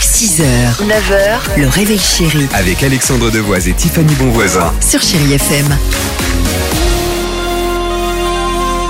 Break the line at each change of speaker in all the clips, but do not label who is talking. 6h, 9h, le réveil chéri
Avec Alexandre Devoise et Tiffany Bonvoisin.
sur Chéri FM.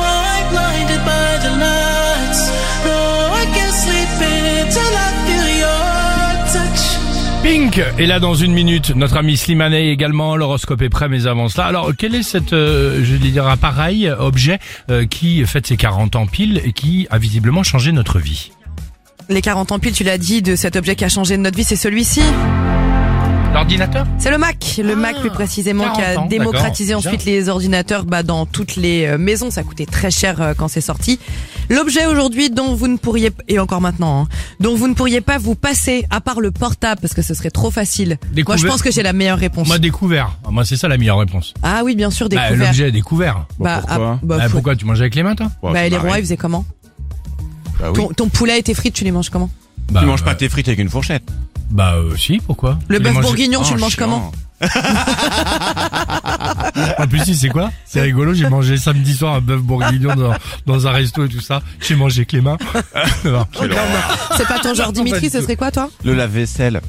Light blinded by the lights. No, I can't sleep until I feel your touch.
Pink est là dans une minute. Notre ami Slimane est également. L'horoscope est prêt, mais avant cela. Alors, quel est cet, euh, je vais dire, appareil, euh, objet, euh, qui fête ses 40 ans pile et qui a visiblement changé notre vie
Les 40 ans pile, tu l'as dit, de cet objet qui a changé notre vie, c'est celui-ci.
L'ordinateur
C'est le Mac. Le Mac, plus précisément, qui
40
a
Ah, ans,
démocratisé
d'accord,
ensuite les ordinateurs bah, dans toutes les euh, maisons. Ça coûtait très cher euh, quand c'est sorti. L'objet aujourd'hui dont vous ne pourriez, et encore maintenant, hein, dont vous ne pourriez pas vous passer, à part le portable, parce que ce serait trop facile.
Découvert-
Moi, je pense que j'ai la meilleure réponse.
Moi, découvert. Ah, Moi, c'est ça la meilleure réponse.
Ah oui, bien sûr,
Bah,
découvert.
L'objet est découvert.
Bah,
pourquoi
ah, bah,
Bah,
faut-
pourquoi tu manges avec les mains, toi
bah,
Bah, c'est
les
pareil.
rois, ils faisaient comment
Bah
Ah
oui.
ton, ton poulet et tes frites, tu les manges comment
bah,
tu manges
euh,
pas tes frites avec une fourchette.
Bah, euh, si, pourquoi
Le
Tu les
bœuf
manges-
bourguignon, tu
Oh,
le manges
chiant.
comment
En plus, si, c'est quoi C'est rigolo, j'ai mangé samedi soir un bœuf bourguignon dans, dans un resto et tout ça. J'ai mangé avec les mains. Non.
C'est pas ton genre, Dimitri, ce serait quoi, toi
Le lave-vaisselle.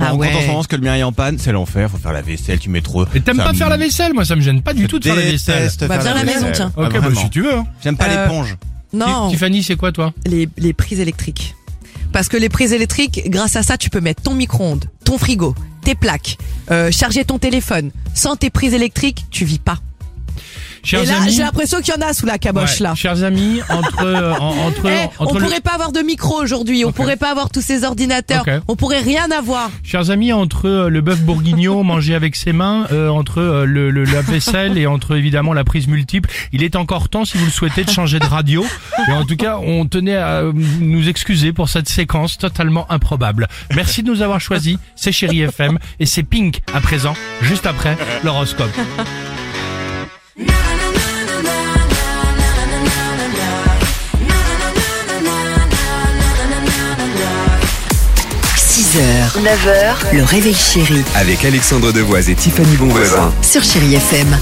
Ah
on
ouais.
entend souvent que le mien est en panne, c'est l'enfer, faut faire la vaisselle, tu mets trop.
Et t'aimes
Ça
pas
me-
faire la vaisselle Moi, ça me gêne pas
Je
du tout de faire la vaisselle.
déteste
Bah,
faire
viens à la maison,
vaisselle.
tiens.
Ah,
Ok, bah,
vraiment.
si tu veux. hein.
J'aime pas
Euh,
l'éponge.
Non.
Tiffany, c'est quoi toi
les, les prises électriques. Parce que les prises électriques, grâce à ça, tu peux mettre ton micro-ondes, ton frigo, tes plaques, euh, charger ton téléphone. Sans tes prises électriques, tu vis pas.
Chers
Et là,
amis,
j'ai l'impression qu'il y en a sous la caboche,
Ouais,
là.
Chers amis, entre euh, en- entre
Eh, on
entre le-
pourrait pas avoir de micro aujourd'hui, on
Ok.
pourrait pas avoir tous ces ordinateurs,
Ok.
on pourrait rien avoir.
chers amis, entre euh, le bœuf bourguignon mangé avec ses mains, euh, entre euh, le, le- la vaisselle et entre évidemment la prise multiple, il est encore temps si vous le souhaitez de changer de radio. Et en tout cas, on tenait à euh, nous excuser pour cette séquence totalement improbable. Merci de nous avoir choisis. C'est Chéri FM et c'est Pink à présent, juste après l'horoscope.
h 9h, le réveil chéri
Avec Alexandre Devoise et Tiffany Bonvoisin.
sur Chéri FM.